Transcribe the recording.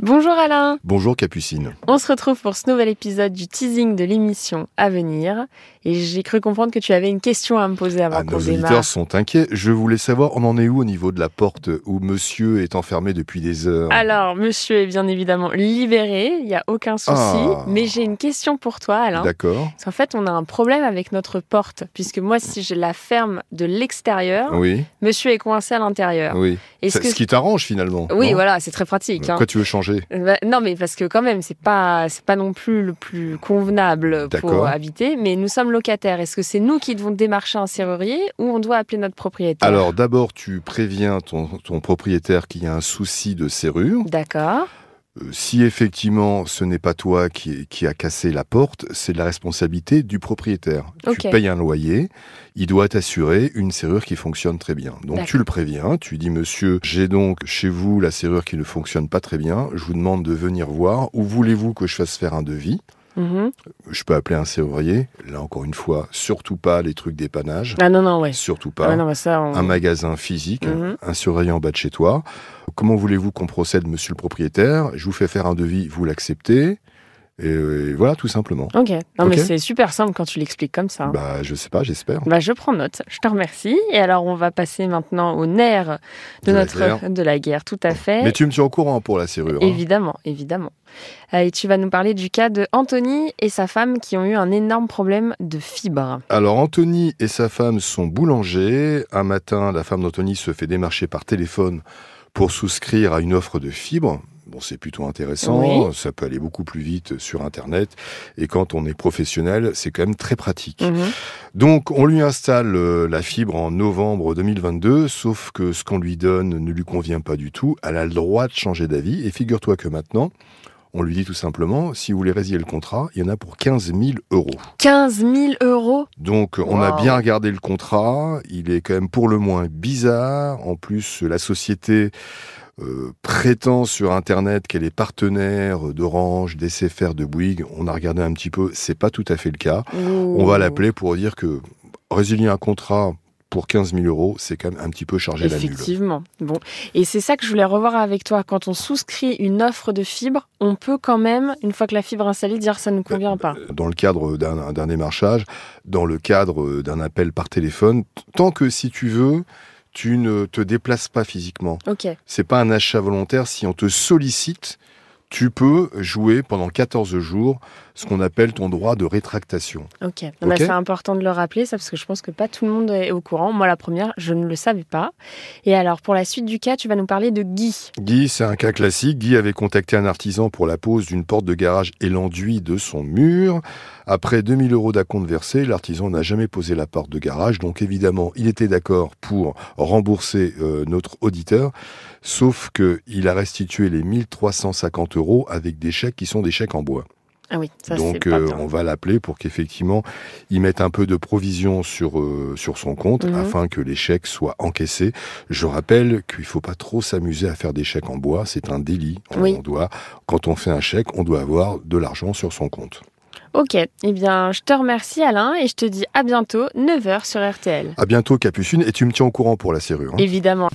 Bonjour Alain. Bonjour Capucine. On se retrouve pour ce nouvel épisode du teasing de l'émission à venir. Et j'ai cru comprendre que tu avais une question à me poser avant Ah, qu'on nos démarre. auditeurs sont inquiets. Je voulais savoir, on en est où au niveau de la porte où monsieur est enfermé depuis des heures Alors, monsieur est bien évidemment libéré, il n'y a aucun souci. Ah. Mais j'ai une question pour toi, Alain. D'accord Parce qu'en fait, on a un problème avec notre porte, puisque moi, si je la ferme de l'extérieur, Oui, monsieur est coincé à l'intérieur. oui. Est-ce C'est que... Ce qui t'arrange finalement. Oui, non voilà, c'est très pratique. hein. Pourquoi tu veux changer Euh, bah, non, mais parce que quand même, c'est pas, c'est pas non plus le plus convenable pour D'accord. habiter. Mais nous sommes locataires. Est-ce que c'est nous qui devons démarcher un serrurier ou on doit appeler notre propriétaire Alors d'abord, tu préviens ton, ton propriétaire qu'il y a un souci de serrure. D'accord. Euh, Si effectivement ce n'est pas toi qui, qui a cassé la porte, c'est de la responsabilité du propriétaire. Ok. Tu payes un loyer, il doit t'assurer une serrure qui fonctionne très bien. Donc tu D'accord. le préviens, tu dis monsieur, j'ai donc chez vous la serrure qui ne fonctionne pas très bien, je vous demande de venir voir, ou voulez-vous que je fasse faire un devis Mhm. Je peux appeler un serrurier, là encore une fois, surtout pas les trucs dépannage, Ah non, non, ouais. surtout Ah pas non, bah ça, on- un magasin physique, Mhm. un surveillant en bas de chez toi. Comment voulez-vous qu'on procède, monsieur le propriétaire Je vous fais faire un devis, vous l'acceptez. Et, euh, voilà, tout simplement. Ok. Non, mais Ok. c'est super simple quand tu l'expliques comme ça. hein. Bah. Bah, je sais pas, j'espère. je prends note. Je te remercie. Et alors, on va passer maintenant au nerf de, De la notre guerre. de la guerre. Tout à fait. Mais tu me tiens au courant pour la serrure. hein. Évidemment, évidemment. Euh, Et tu vas nous parler du cas de Anthony et sa femme qui ont eu un énorme problème de fibres. Alors, Anthony et sa femme sont boulangers. Un matin, la femme d'Anthony se fait démarcher par téléphone pour souscrire à une offre de fibres. Bon, c'est plutôt intéressant. Ça peut aller beaucoup plus vite sur Internet. Et quand on est professionnel, c'est quand même très pratique. Mhm. Donc, on lui installe euh, la fibre en novembre 2022, sauf que ce qu'on lui donne ne lui convient pas du tout. Elle a le droit de changer d'avis. Et figure-toi que maintenant, on lui dit tout simplement, si vous voulez résilier le contrat, il y en a pour 15 000 euros. 15 000 euros Donc, on a Wow. bien regardé le contrat. Il est quand même pour le moins bizarre. En plus, la société euh, prétend sur Internet qu'elle est partenaire d'Orange, des CFR, de Bouygues. On a regardé un petit peu. C'est pas tout à fait le cas. On va l'appeler pour dire que résilier un contrat pour 15 000 euros, c'est quand même un petit peu chargé la nulle. Effectivement. Bon. Et c'est ça que je voulais revoir avec toi. Quand on souscrit une offre de fibre, on peut quand même, une fois que la fibre est installée, dire ça ne nous convient pas. Dans le cadre d'un d'un démarchage, dans le cadre d'un appel par téléphone, t- tant que si tu veux, tu ne te déplaces pas physiquement. Ok. C'est pas un achat volontaire. Si on te sollicite, tu peux jouer pendant 14 jours ce qu'on appelle ton droit de rétractation. Ok, Non, bah, Ok. c'est important de le rappeler, ça, parce que je pense que pas tout le monde est au courant. Moi, la première, je ne le savais pas. Et alors, pour la suite du cas, tu vas nous parler de Guy. Guy, c'est un cas classique. Guy avait contacté un artisan pour la pose d'une porte de garage et l'enduit de son mur. Après 2000 euros d'acompte versé, l'artisan n'a jamais posé la porte de garage. Donc évidemment, il était d'accord pour rembourser euh, notre auditeur. Sauf que il a restitué les 1350 euros avec des chèques qui sont des chèques en bois. Ah oui, ça, c'est Donc pas euh, bien. on va l'appeler pour qu'effectivement, il mette un peu de provision sur, euh, sur son compte Mhm. afin que les chèques soient encaissés. Je rappelle qu'il faut pas trop s'amuser à faire des chèques en bois, c'est un délit. On, Oui. on doit, quand on fait un chèque, on doit avoir de l'argent sur son compte. Ok, eh bien, je te remercie Alain et je te dis à bientôt, 9h sur RTL. À bientôt Capucine, et tu me tiens au courant pour la serrure. hein. Évidemment.